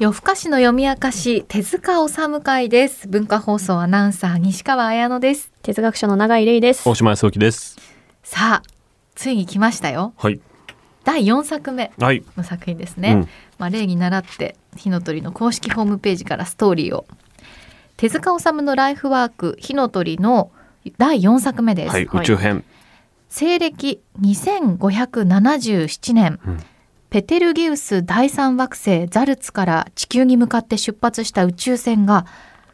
夜更かしの読み明かし手塚治虫会です文化放送アナウンサー西川彩乃です哲学者の永井玲です大島康之です。さあついに来ましたよはい。第4作目はい。の作品ですね、うんまあ例に倣って火の鳥の公式ホームページからストーリーを手塚治虫のライフワーク火の鳥の第4作目です、はい。宇宙編。西暦2577年、うんペテルギウス第三惑星ザルツから地球に向かって出発した宇宙船が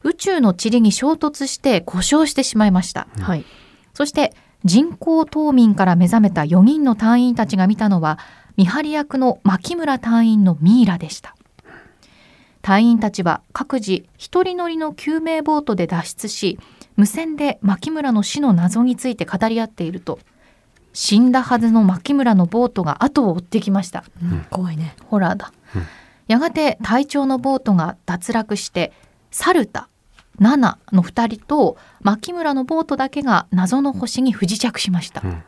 宇宙の塵に衝突して故障してしまいました、はいそして人工冬眠から目覚めた4人の隊員たちが見たのは見張り役の牧村隊員のミイラでした隊員たちは各自一人乗りの救命ボートで脱出し無線で牧村の死の謎について語り合っていると死んだはずの牧村のボートが後を追ってきました怖いねホラーだ、うんやがて隊長のボートが脱落してサルタナナの2人と牧村のボートだけが謎の星に不時着しました、うん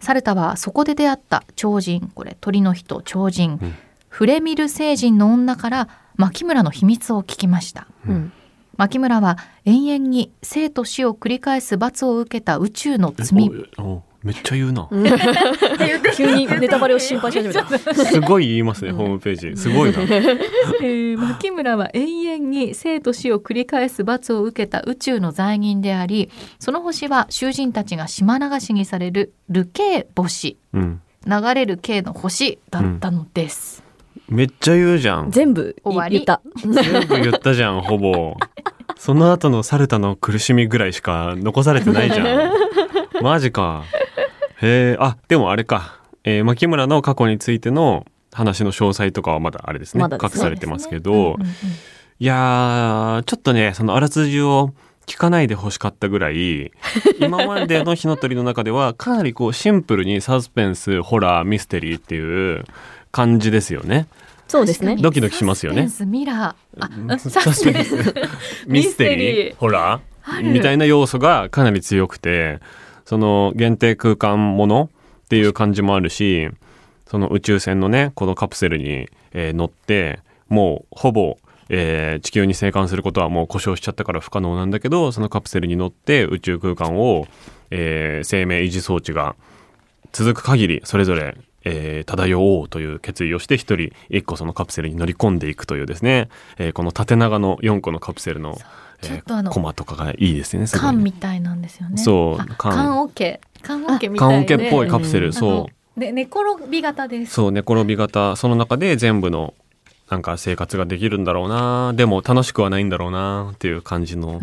サルタはそこで出会った超人これ鳥の人超人、うんフレミル星人の女から牧村の秘密を聞きましたうんうん牧村は永遠に生と死を繰り返す罰を受けた宇宙のえ罪おおめっちゃ言うな。急にネタバレを心配し始め たすごい言いますね、ホームページ。すごいな。えー牧村は永遠に生と死を繰り返す罰を受けた宇宙の罪人でありその星は囚人たちが島流しにされるルケー星うん。流れる系の星だったのです、めっちゃ言うじゃん。全部い終わり言った全部言ったじゃん、ほぼ。その後のサルタの苦しみぐらいしか残されてないじゃん。マジか。へえ、あ、でもあれか。えー、牧村の過去についての話の詳細とかはまだあれですね。まだです隠ねされてますけど。うんうんうんいやー、ちょっとね、そのあらすじを聞かないで欲しかったぐらい、今までの火の鳥の中では、かなりこうシンプルにサスペンス、ホラー、ミステリーっていう感じですよね。そうですね確かにドキドキしますよサねスペンスミラ ーあササススペペンンスス、ミステミステリリーー、ホラあーるみたいな要素がかなり強くて、その限定空間ものっていう感じもあるし、その宇宙船のね、このカプセルに、えー乗って、もうほぼ、えー地球に生還することはもう故障しちゃったから不可能なんだけど、そのカプセルに乗って宇宙空間を、えー生命維持装置が続く限りそれぞれ、えー漂おうという決意をして一人一個そのカプセルに乗り込んでいくというですね、えーこの縦長の4個のカプセルの、えちょっとあのコマとかがいいですねすごい缶ねみたいなんですよねそうあ缶缶オケ缶オケみたい缶なオケっぽいカプセル、うんそうで寝転び型でうすそう寝転び型その中で全部のなんか生活ができるんだろうなでも楽しくはないんだろうなっていう感じのうんうん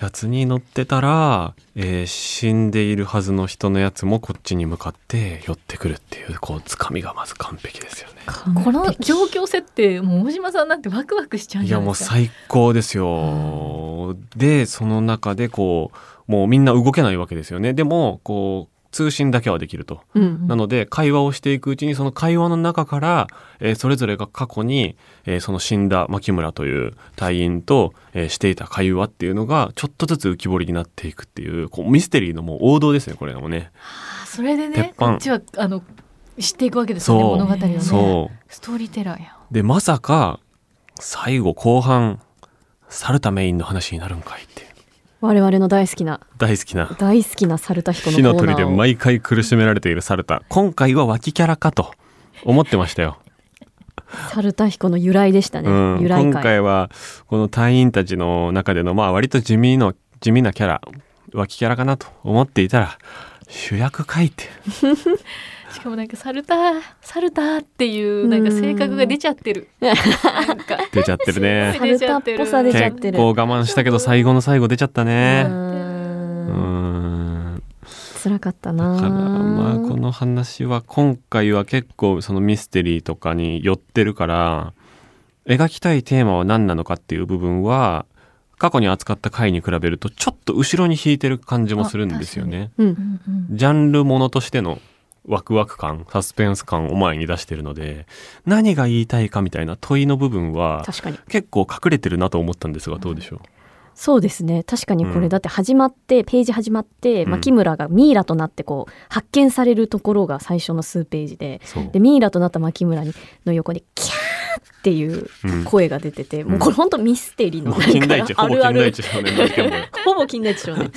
やつに乗ってたら、えー死んでいるはずの人のやつもこっちに向かって寄ってくるっていうこうつかみがまず完璧ですよね。この状況設定もう大島さんなんてワクワクしちゃうんいじゃやないもでうすか最高ですよ。でその中でこうもうみんな動けないわけですよね。でもこう通信だけはできると。うんなので会話をしていくうちにその会話の中から、えーそれぞれが過去に、えーその死んだ牧村という隊員と、えーしていた会話っていうのがちょっとずつ浮き彫りになっていくっていうこうミステリーのもう王道ですねこれもね。あそれでね鉄こ板っちはあの知っていくわけですよねそう物語をねそうストーリーテラーやでまさか最後後半サルタメインの話になるんかいっていう我々の大好きな大好きな大好きなサルタヒコ火ののコーナ鳥ーでを毎回苦しめられているサルタ今回は脇キャラかと思ってましたよ、サルタヒコの由来でした ね、うん、由来今会回はこの隊員たちの中でのまあ割と地味の地味なキャラ脇キャラかなと思っていたら主役かいってしかもなんかサルターサルターっていうなんか性格が出ちゃって るなんか出ちゃってるねサルタっぽ さ出ちゃって結る構我慢したけど最後の最後出ちゃったうねうんん辛かっただなからまあこの話は今回は結構そのミステリーとかに寄ってるから描きたいテーマは何なのかっていう部分は過去に扱った回に比べるとちょっと後ろに引いてる感じもするんですよね。ううんんうんジャンルものとしてのワクワク感サスペンス感を前に出してるので何が言いたいかみたいな問いの部分は確かに結構隠れてるなと思ったんですがどうでしょうそうですね確かにこうれんだって始まって、ページ始まってうん牧村がミイラとなってこう発見されるところが最初の数ページでそうでミイラとなった牧村にの横に「キャーっていううん声が出てて、もうこれ本当ミステリーのもう近代なん一かほあぼるあ近代る一少年の事件もほぼ近代一少 年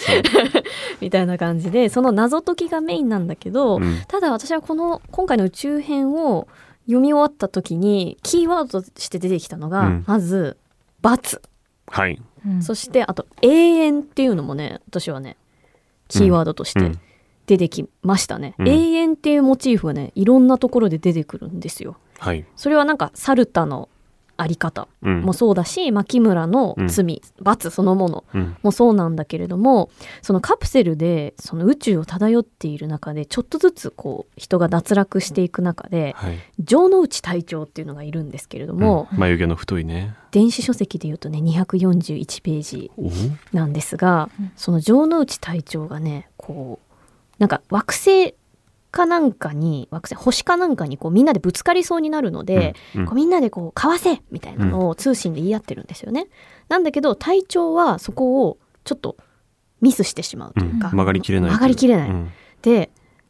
みたいな感じでその謎解きがメインなんだけど、うんただ私はこの今回の宇宙編を読み終わった時にキーワードとして出てきたのが、うんまず「罰はい、」うんそしてあと「永遠」っていうのもね私はねキーワードとしてうん出てきましたね、うん永遠っていうモチーフはねいろんなところで出てくるんですよはいそれはなんかサルタのあり方うんもそうだし、牧村の罪、罰そのものうんもそうなんだけれどもそのカプセルでその宇宙を漂っている中でちょっとずつこう人が脱落していく中ではい城之内隊長っていうのがいるんですけれど も、うん眉毛の太いね電子書籍でいうとね241ページおなんですが、うんその城之内隊長がねこうなんか惑星かなんかに惑星星かなんかにこうみんなでぶつかりそうになるので、うんうんこうみんなでこうかわせみたいなのを通信で言い合ってるんですよね。なんだけど隊長はそこをちょっとミスしてしまうというか、うん曲がりきれない曲がりきれないうんで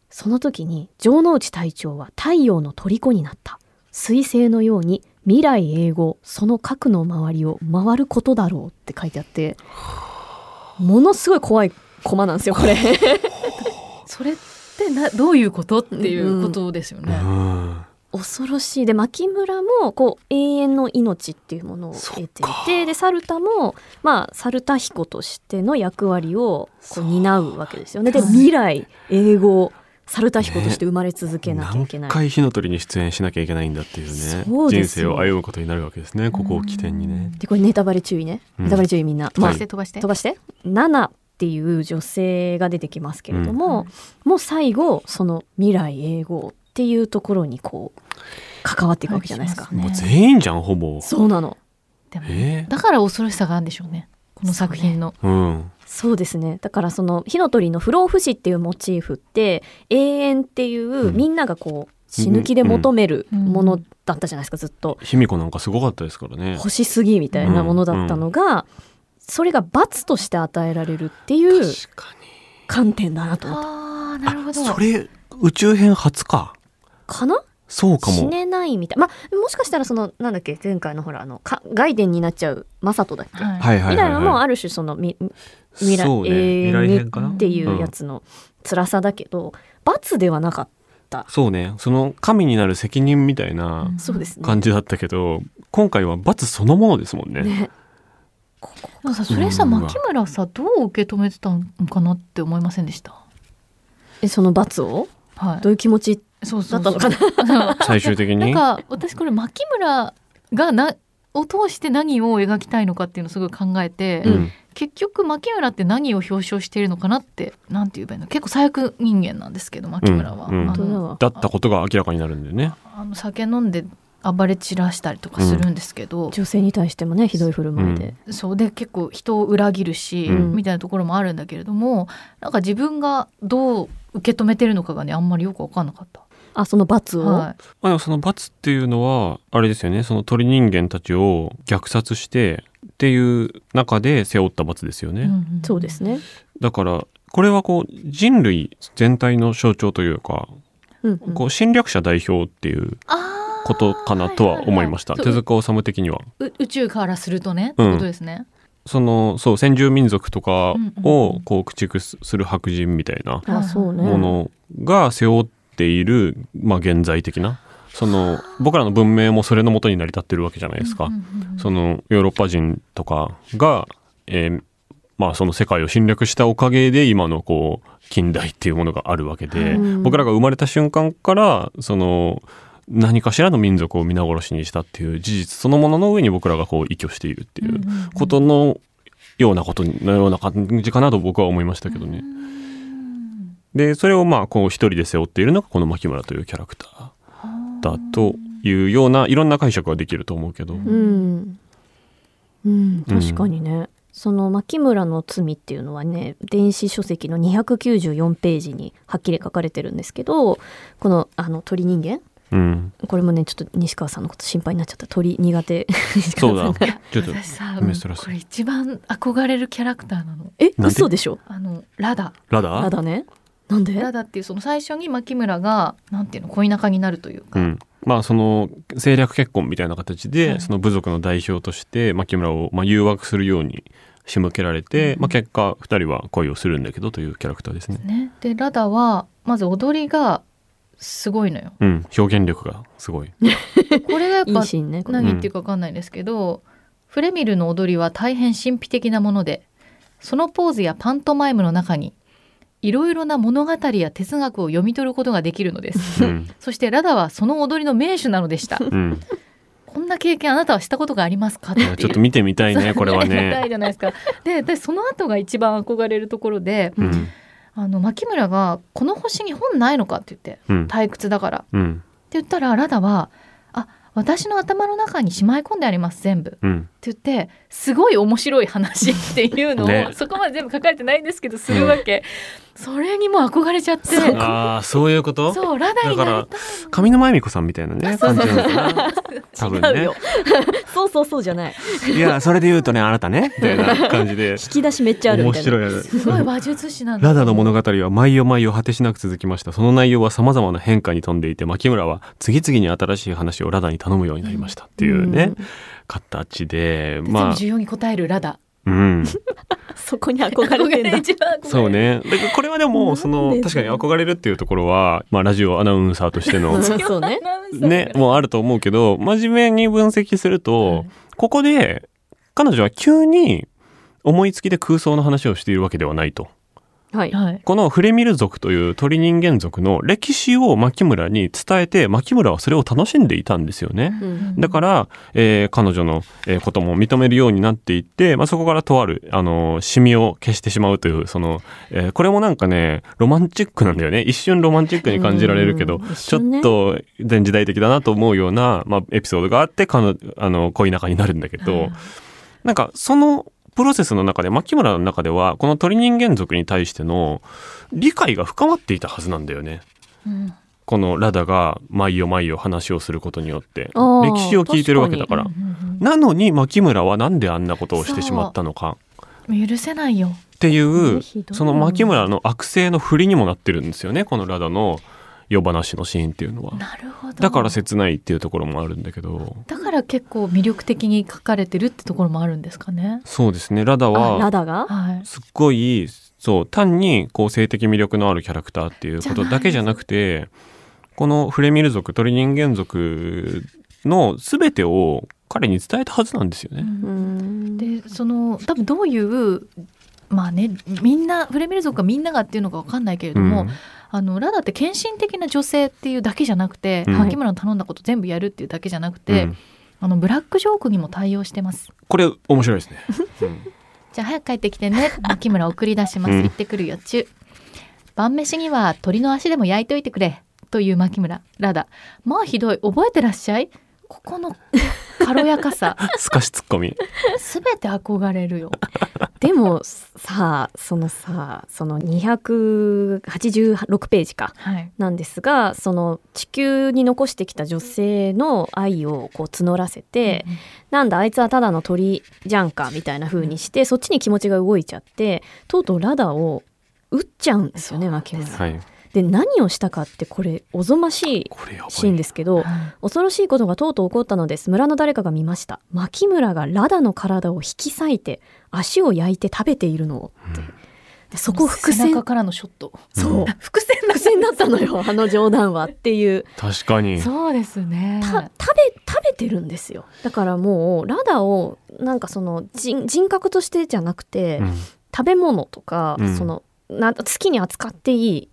その時に城之内隊長は太陽の虜になった彗星のように未来永劫その核の周りを回ることだろうって書いてあってものすごい怖いコマなんですよこれそれってなどういうことっていうことですようね。ん恐ろしいで牧村もこう永遠の命っていうものを得ていそっかてで猿田もまあ猿田彦としての役割をこう担うわけですよねでそう未来永劫猿田彦として生まれ続けなきゃいけない何、回火の鳥に出演しなきゃいけないんだっていうねそう人です生よを歩むことになるわけですねここを起点にねでこれネタバレ注意ね、うんネタバレ注意みんな、飛まあばして飛ばして。飛ばしてナナっていう女性が出てきますけれども、もう最後その未来永劫っていうところにこう関わっていくわけじゃないですかはいねもう全員じゃんほぼそうなのでもえだから恐ろしさがあるんでしょうね。この作品の。ーうんそうですねだからその火の鳥の不老不死っていうモチーフって永遠っていううんみんながこう死ぬ気で求めるうんものだったじゃないですかずっと卑弥呼なんかすごかったですからね欲しすぎみたいなものだったのがそれが罰として与えられるっていう確かに観点だなと思っああなるほあど。それ宇宙編初かたかなそうか死もねないみたいまあもしかしたらそのなんだっけ前回のほらあのか外伝になっちゃうマサトだっけ、はいはいはいはいはいみたいなのもある種そのみ未来そう永ね未遠来に編かなっていうやつの辛さだけど、罰ではなかっそうねその神になる責任みたいなうんたそうですね感じだったけど、今回は罰そのものですもんねねでもさそれさうん牧村さどう受け止めてたのかなって思いませんでした。えその罰をはどういう気持ちい。そうそだうったそうのかな最終的なんにか私これ牧村がなを通して何を描きたいのかっていうのをすごい考えて、うん結局牧村って何を表彰しているのかなってなんて言えばいいの結構左翼人間なんですけど牧村は、うんう んあ本当だのわだったことが明らかになるんだよねあの酒飲んで暴れ散らしたりとかするんですけど、女性に対してもねひどい振る舞いで、そうで結構人を裏切るし、うんみたいなところもあるんだけれどもなんか自分がどう受け止めてるのかがねあんまりよく分かんなかった。あその罰を、はいまあ、でもその罰っていうのはあれですよねその鳥人間たちを虐殺してっていう中で背負った罰ですよね、うんんんそうですねだからこれはこう人類全体の象徴というか、うんうんこう侵略者代表っていうあーことかなとは思いました、はははそう手塚治虫的にはう宇宙からするとね、うんってことですね。そのそう先住民族とかうんうんうをんこう駆逐すする白人みたいなあそうねものが背負っている、まあ、現在的なその僕らの文明もそれのもとに成り立ってるわけじゃないですか、うんうんうんそのヨーロッパ人とかが、えーまあ、その世界を侵略したおかげで今のこう近代っていうものがあるわけで、うん僕らが生まれた瞬間からその何かしらの民族を皆殺しにしたっていう事実そのものの上に僕らがこう依拠しているっていうことのようなことのような感じかなと僕は思いましたけどね。うんでそれをまあこう一人で背負っているのがこの牧村というキャラクターだというようないろんな解釈ができると思うけど。うん、うん、確かにね、その牧村の罪っていうのはね電子書籍の294ページにはっきり書かれてるんですけどこのあの鳥人間うん、これもねちょっと西川さんのこと心配になっちゃった鳥苦手西そう川さだんがちょっと私さ珍しいこれ一番憧れるキャラクターなの えなんで嘘でしょあのラダラダあだねなんでラダっていうその最初に牧村がなんていうの恋仲になるというか、うん、まあその政略結婚みたいな形で、はいその部族の代表として牧村をまあ誘惑するように仕向けられて、うんまあ、結果2人は恋をするんだけどというキャラクターですね。ね、でラダはまず踊りがすごいのよ。うん、表現力が すごい。これがやっいいぱシーンねこれ何言っていうか分かんないですけど、フレミルの踊りは大変神秘的なものでそのポーズやパントマイムの中にいろいろな物語や哲学を読み取ることができるのです うん、そしてラダはその踊りの名手なのでしたうん、こんな経験あなたはしたことがありますかってい いうやちょっと見てみ たいねこれはみたいね。じゃないですかででその後が一番憧れるところでうん、あの牧村が「この星に本ないのか?」って言ってう「ん、退屈だから」うん、って言ったらラダは「あ私の頭の中にしまい込んであります全部」 うん、って言ってすごい面白い話っていうのを、ねそこまで全部書かれてないんですけどするわけ、それにもう憧れちゃってああそういうことそうラダになりたい上沼恵美子さんみたいなね感じなのか な多分違うねよ そうそうそうじゃないいやそれで言うとねあなたねみたいな感じで 引き出しめっちゃあるみ面たいな白いやつすごい話術師なんだラダの物語は毎夜毎夜果てしなく続きましたその内容は様々な変化に富んでいて牧村は次々に新しい話をラダに頼むようになりましたっていうね、形で全部まあ需要に応えるラダ、うんうんそこに憧れ てんだ一番憧れるそうねだからこれはでなんでもその確かに憧れるっていうところは、まあ、ラジオアナウンサーとしてのそうね アナウンサーだねもうあると思うけど真面目に分析すると、はいここで彼女は急に思いつきで空想の話をしているわけではないと。 はいはいこのフレミル族という鳥人間族の歴史を牧村に伝えて牧村はそれを楽しんでいたんですよね。うんだから、えー彼女の、えーことも認めるようになっていって、まあ、そこからとある、あのーシミを消してしまうというその、えーこれもなんかねロマンチックなんだよね一瞬ロマンチックに感じられるけど、うん一ちょ瞬ねっと前時代的だなと思うような、まあ、エピソードがあって彼女あの恋仲になるんだけど、なんかそのプロセスの中で牧村の中ではこの鳥人間族に対しての理解が深まっていたはずなんだよね。うんこのラダが毎夜毎夜話をすることによってあー歴史を聞いてるわけだからうんうんなのに牧村はなんであんなことをしてしまったのかうん許せないよっていうひどいその牧村の悪性の振りにもなってるんですよねこのラダの夜話のシーンっていうのは。なるほどだから切ないっていうところもあるんだけどだから結構魅力的に書かれてるってところもあるんですかねそうですねラダあはラダがはいすっごいそう単にこう性的魅力のあるキャラクターっていうことだけじゃなくてこのフレミル族鳥人間族の全てを彼に伝えたはずなんですようね。んうんでその多分どういうまあねみんなフレミル族がみんながっていうのかわかんないけれども、うんあのラダって献身的な女性っていうだけじゃなくて、うん牧村の頼んだこと全部やるっていうだけじゃなくて、うんあのブラックジョークにも対応してます。これ面白いですね。うんじゃあ早く帰ってきてね牧村送り出しますうん行ってくるよ中晩飯には鳥の足でも焼いといてくれという牧村ラダまあひどい覚えてらっしゃいここの軽やかさすかしツッコミ。すべて憧れるよでもさそのさその286ページかはいなんですがその地球に残してきた女性の愛をこう募らせて、うんなんだあいつはただの鳥じゃんかみたいな風にして、そっちに気持ちが動いちゃってとうとうラダを撃っちゃうんですよね牧村。はい。で何をしたかってこれおぞましいこれやばい。シーンですけはどい恐ろしいことがとうとう起こったのです村の誰かが見ました牧村がラダの体を引き裂いて足を焼いて食べているのをでそこ伏背線中からのショットそう伏線伏線だったの よあの冗談はっていう確か に。そうですねた食べ食べてるんですよだからもうラダをなんかその人人格としてじゃなくて、うん食べ物とか、うんそのな好きに扱っていい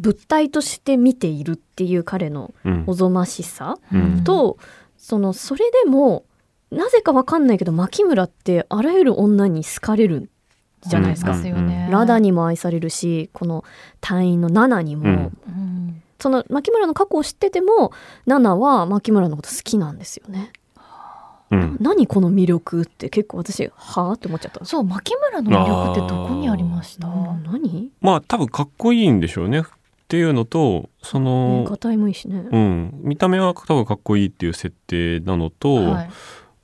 物体として見ているっていう彼のうんおぞましさ、うんと、そのそれでもなぜかわかんないけど牧村ってあらゆる女に好かれるじゃないですか、うんよねラダにも愛されるしこの隊員のナナにも、うんうんその牧村の過去を知っててもナナは牧村のこと好きなんですよね。うん何この魅力って結構私はあって思っちゃった。そう牧村の魅力ってどこにありましたうん何？まあ多分かっこいいんでしょうね。っていうのとそねの。硬いもいいしね。うん、見た目は多分かっこいいっていう設定なのと、はい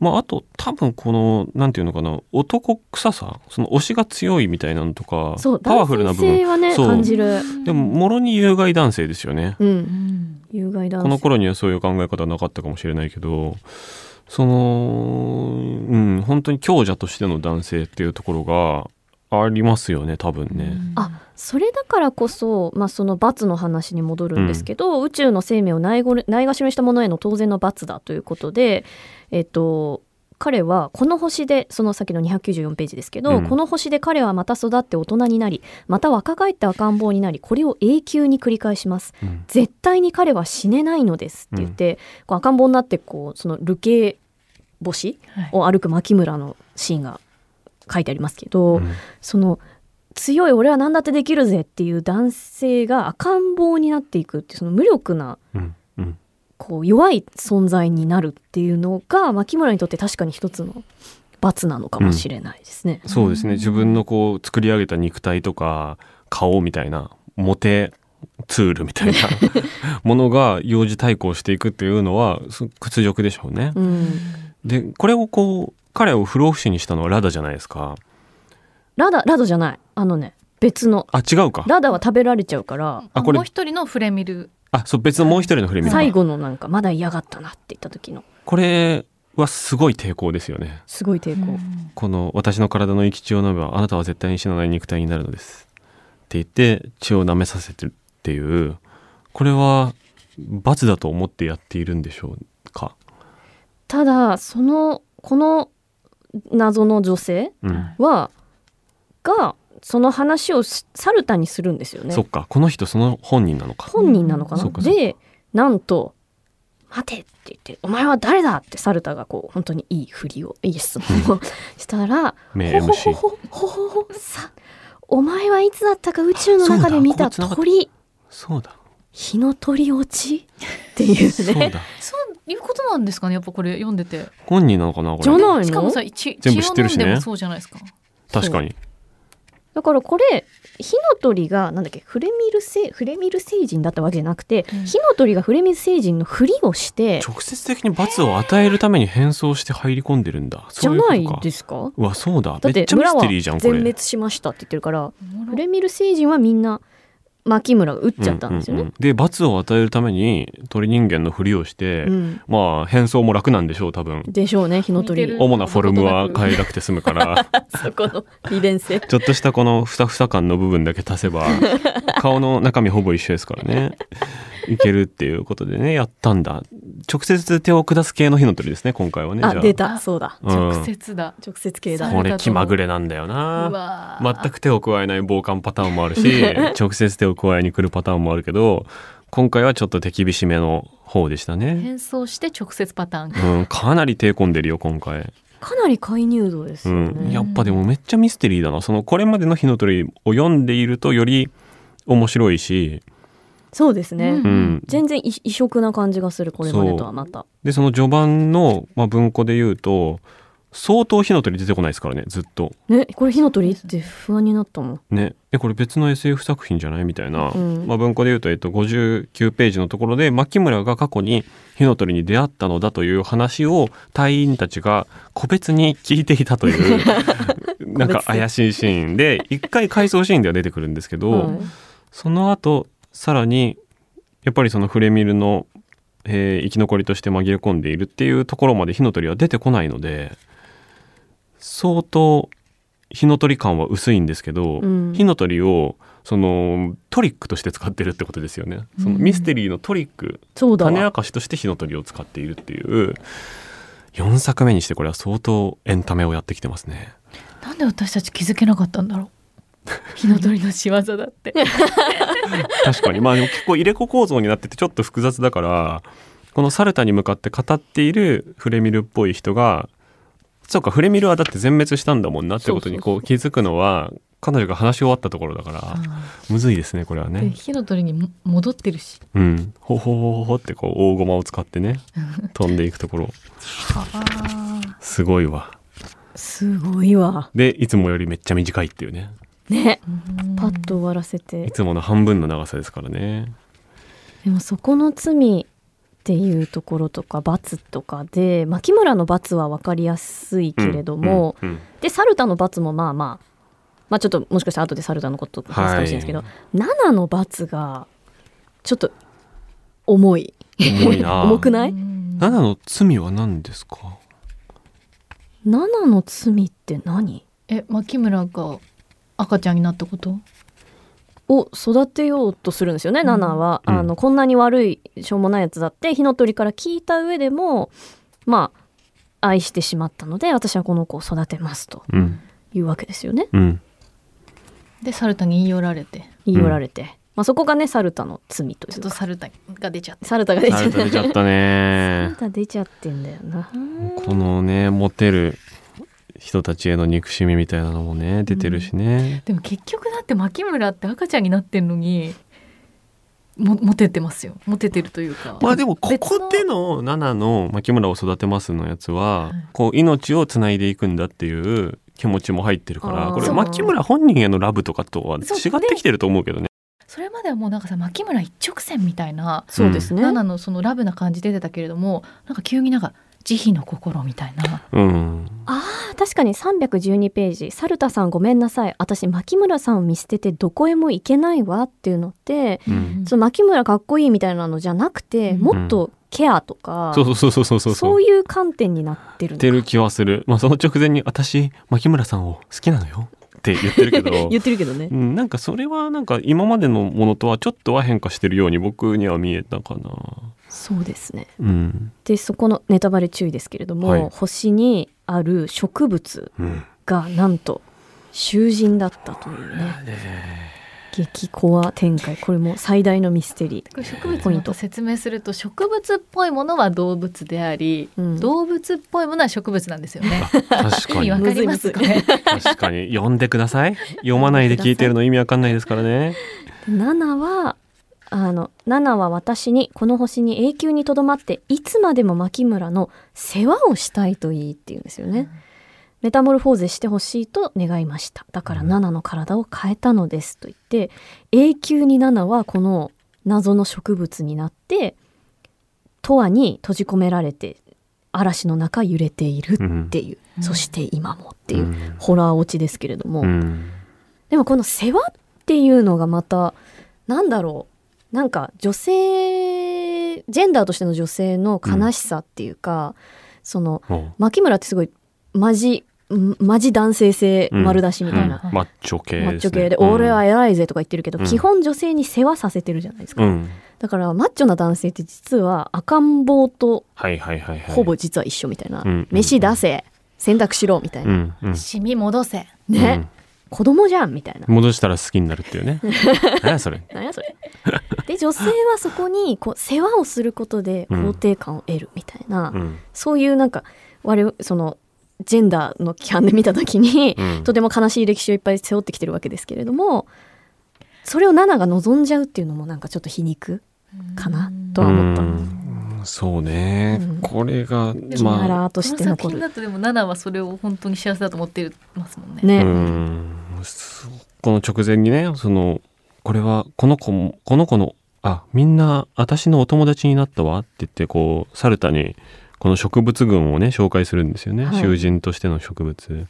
まあ、あと多分このなんていうのかな男臭さその推しが強いみたいなのとかそうパワフルな部男性分はねそう感じるでももろに有害男性ですよねううんん有害男性この頃にはそういう考え方はなかったかもしれないけどそのうん本当に強者としての男性っていうところがありますよね多分ね。あそれだからこそ、まあ、その罰の話に戻るんですけど、宇宙の生命をないごるないがしろにしたものへの当然の罰だということで、えっと、彼はこの星でその先の294ページですけど、うんこの星で彼はまた育って大人になりまた若返って赤ん坊になりこれを永久に繰り返しますうん絶対に彼は死ねないのですって言って、こう赤ん坊になってこうその流刑星はいを歩く牧村のシーンが書いてありますけど。うんその強い俺は何だってできるぜっていう男性が赤ん坊になっていくっていうその無力なうんうんこう弱い存在になるっていうのが牧村にとって確かに一つの罰なのかもしれないですね。そうですね自分のこう作り上げた肉体とか顔みたいなモテツールみ たいなものが幼児対抗していくっていうのはす屈辱でしょうね。うんでこれをこう彼を不老不死にしたのはラダじゃないですか。ラダラドじゃないあのね別のあ違うか。ラダは食べられちゃうからあこれもう一人のフレミルあそう別のもう一人のフレミル最後のなんかまだ嫌がったなって言った時のこれはすごい抵抗ですよね。すごい抵抗。この私の体の生き血を飲めばあなたは絶対に死なない肉体になるのですって言って血を舐めさせてるっていうこれは罰だと思ってやっているんでしょうか、ただそのこの謎の女性うん、はがその話をしサルタにするんですよねそっかこの人その本人なのか本人なのかなそうかそうかでなんと「待て」って言って「お前は誰だ?」ってサルタがこう本当にいいふりをいい質問をしたら「名ほほほ MC ほほほほさお前はいつだったか宇宙の中で見たあそうだここ鳥そうだ日の鳥落ち」っていうそうねだそういうことなんですかねやっぱこれ読んでて本人なのかなこじゃれなのしかもさ血全部知ってるしね血を飲んでもそうじゃないですか確かにだからこれ火の鳥がなんだっけフレミル星フレミル星人だったわけじゃなくて、うん火の鳥がフレミル星人のふりをして直接的に罰を与えるために変装して入り込んでるんだじそゃういうこなといかですかうわそうだだっめってちゃミ村スはテリーじ全ゃんこれ滅しましたって言ってるからおもろフレミル星人はみんな牧村が撃っちゃったんですよううねう。で罰を与えるために鳥人間のふりをして、うんまあ変装も楽なんでしょう多分でしょうね火の似て鳥る主なフォルムは変えなくて済むからそこの利便性ちょっとしたこのふさふさ感の部分だけ足 せば顔の中身ほぼ一緒ですからねいけるっていうことでねやったんだ直接手を下す系の火の鳥ですね今回はねあじゃあ出たそうだうん直接だ、直接系さだこれ気まぐれなんだようなわー全く手を加えない防寒パターンもあるし 直接手を加えに来るパターンもあるけど今回はちょっと手厳しめの方でしたね変装して直接パターンうん、かなり手込んでるよ今回、かなり介入度ですうよん、ねやっぱでもめっちゃミステリーだなそのこれまでの「火の鳥」を読んでいるとより面白いし、そうですねううんん全然異異色な感じがするこれまでとはまたでその序盤の、まあ、文庫で言うと相当「火の鳥」出てこないですからねずっとねこれ火の鳥って不安になったもんねえこれ別の SF 作品じゃないみたいな、うんまあ、文庫で言うと、えっと、59ページのところで牧村が過去に火の鳥に出会ったのだという話を隊員たちが個別に聞いていたというなんか怪しいシーンで一回回想シーンでは出てくるんですけど、うんその後さらにやっぱりそのフレミルの、えー生き残りとして紛れ込んでいるっていうところまで火の鳥は出てこないので相当火の鳥感は薄いんですけど、うん火の鳥をそのトリックとして使ってるってことですよね。そのうんミステリーのトリック、そうだ種明わかしとして火の鳥を使っているっていう4作目にしてこれは相当エンタメをやってきてますね。なんで私たち気づけなかったんだろう火の鳥の仕業だって確かにまあでも結構入れ子構造になっててちょっと複雑だからこのサルタに向かって語っているフレミルっぽい人がそうかフレミルはだって全滅したんだもんなってことにこう気づくのは彼女が話し終わったところだからむずいですねこれは でね。火の鳥にも戻ってるしうん、ほほほほほってこう大駒を使ってね飛んでいくところすごいわ。すごいわでいつもよりめっちゃ短いっていうねねうんパッと終わらせていつもの半分の長さですからね。でもそこの罪っていうところとか罰とかで牧村の罰は分かりやすいけれども、うんうんうんでサルタの罰もまあまあまあちょっともしかしたら後でサルタのこと話すかもしれないですけど、は7の罰がちょっと重い重いな 重くないうん7の罪は何ですか7の罪って何え、牧村が赤ちゃんになったことを育てようとするんですよね、うんナナは、うんあのこんなに悪いしょうもないやつだって火の鳥から聞いた上でもまあ愛してしまったので私はこの子を育てますとうんいうわけですよねうんで、サルタに言い寄られて、言い寄られて、まあ、そこがねサルタの罪といちょうっとかサルタが出ちゃった。サルタが出ちゃサっルタ出ちゃったサねルタ出ちゃってんだよな このねモテる人たちへの憎しみみたいなのもね出てるしね、でも結局だって牧村って赤ちゃんになってんのに、もモテてますよ。モテてるというか。まあでもここで別のの7の牧村を育てますのやつは、はいこう命をつないでいくんだっていう気持ちも入ってるかあらーこれそう牧村本人へのラブとかとは違そうねってきてると思うけどね。それまではもうなんかさ、牧村一直線みたいな、そうですね、ナナのそのラブな感じ出てたけれども、なんか急になんか慈悲の心みたいな。うん、あー確かに312ページ「サルタさんごめんなさい私牧村さんを見捨ててどこへも行けないわ」っていうのってうんその牧村かっこいいみたいなのじゃなくて、うんもっとケアとか、そうそうそうそうそうそういう観点になってるの言っかてる気はする、まあ、その直前に「私牧村さんを好きなのよ」って言ってるけ ど言ってるけどねう。ん、なんかそれはなんか今までのものとはちょっとは変化してるように僕には見えたかな。そうですねうん、でそこのネタバレ注意ですけれども、はい星にある植物うん、がなんと囚人だったというね激コア展開これも最大のミステリこれ植物のこと説明すると植物っぽいものは動物であり、ー、うん動物っぽいものは植物なんですよね。確意味 かにわかりますむかずいむね。確かに読んでください読まないで聞いてるの意味わかんないですからねナナはあのナナは私にこの星に永久にとどまっていつまでも牧村の世話をしたいといいっていうんですよね。メタモルフォーゼしてほしいと願いました。だからうんナナの体を変えたのですと言って、永久にナナはこの謎の植物になって、トアに閉じ込められて、嵐の中揺れているっていう、うんそして今もっていうう、んホラー落ちですけれども、うんでもこの世話っていうのがまた、なんだろう、なんか女性、ジェンダーとしての女性の悲しさっていうか、その、お牧村ってすごいマジんマジ男性性丸出しみうたいんな、はいマッチョ系です、ね、マッチョ系で「俺はうん偉いぜ」とか言ってるけど、うん基本女性に世話させてるじゃないですか、うんだからマッチョな男性って実は赤ん坊とはいはいはいはいほぼ実は一緒みたいな「うん飯出せ洗濯しろ」みたいな、うんうん染み戻せ。ね、子供じゃんみたいなうん戻したら好きになるってい うね何やそれ何やそれで女性はそこにこう世話をすることで肯定感を得るみたいな、うんそういうなんか我々そのジェンダーの規範で見た時に、うんとても悲しい歴史をいっぱい背負ってきてるわけですけれどもそれをナナが望んじゃうっていうのもなんかちょっと皮肉かなとは思ったうんです。そうね、うんこれがキまマあラーとそしの作て品残る。だとでもナナはそれを本当に幸せだと思ってますもんね。ね、うんそこの直前にねそのこれはこの子もこの子のあみんな私のお友達になったわって言ってこうサルタにこの植物群をね紹介するんですよね、はい囚人としての植物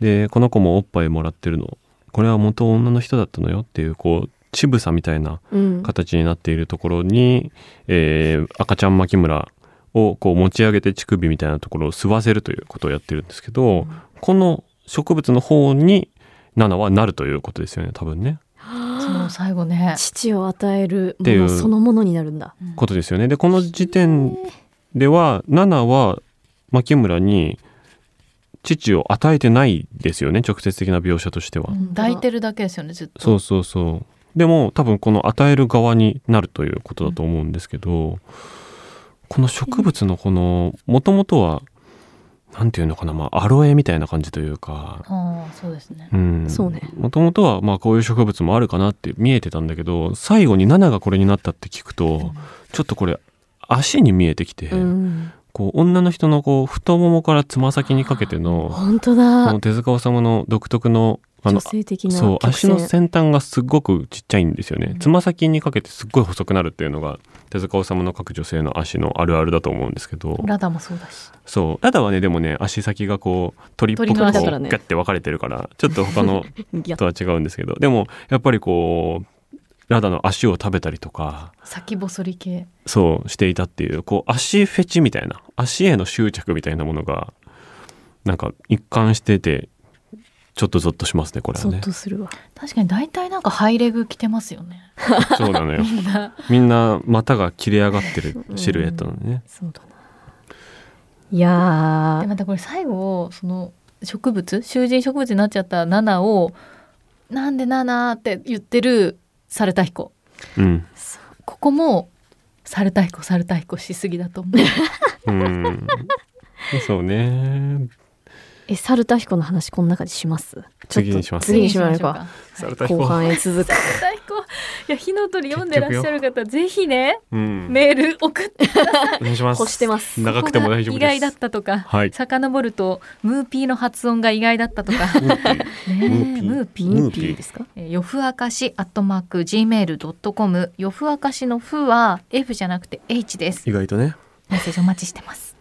でこの子もおっぱいもらってるのこれは元女の人だったのよっていうこう乳房みたいなうん、形になっているところに、えー赤ちゃん牧村をこう持ち上げて乳首みたいなところを吸わせるということをやってるんですけど、この植物の方にナナはなるということですよね多分ね。その最後ね。父を与えるってもいうのそのものになるんだ。ことですよね。でこの時点ではナナは牧村に父を与えてないですよね直接的な描写としては。うん抱いてるだけですよねずっと。そうそうそう。でも多分この与える側になるということだと思うんですけど、この植物のこのもともとはなんていうのかな、まあ、アロエみたいな感じというか、ああそうですね。うん、そうねもともとはまあこういう植物もあるかなって見えてたんだけど最後に7がこれになったって聞くと、ちょっとこれ足に見えてきて、うん、こう女の人のこう太ももからつま先にかけての本当こだの。手塚治虫の独特のあ女の性的なそう曲足の線。先端がすっごくちっちゃいんですよねつま先にかけてすっごい細くなるっていうのが手塚治虫の各女性の足のあるあるだと思うんですけどラダもそうだし。そうただはねでもね足先がこう鳥っぽくこう鳥のガ足だからねッて分かれてるからちょっと 他のいやとは違うんですけどでもやっぱりこうラダの足を食べたりとか先細り系。そうしていたっていうこう足フェチみたいな足への執着みたいなものがなんか一貫しててちょっとゾッとしますねこれはそねっ。とするわ確かに大体なんかハイレグ着てますよね。そうなのよ。みんな股が切れ上がってるシルエットなのね。そうだないやでーまたこれ最後その植物囚人植物になっちゃったナナを「なんでナナ?」って言ってるサルタヒコうん。ここもサルタヒコサルタヒコしすぎだと思ううん。そうね。えサルタヒコの話この中でします次にしまちすょっと次にしましょうかサルタヒ後コ。半へ続くサルタヒコいや火の鳥読んでらっしゃる方ぜひねうん。メール送ってお願いします。欲してます長くても大丈夫ここが意外でだっす。たとか、はい遡るとムーピーの発音が意外だったとか ねムーピーえムーピームーピームーピーですかえーよふあかしアットマーク gmail.com よふあかしのふは F じゃなくて H です意外とね。メッセージお待ちしてます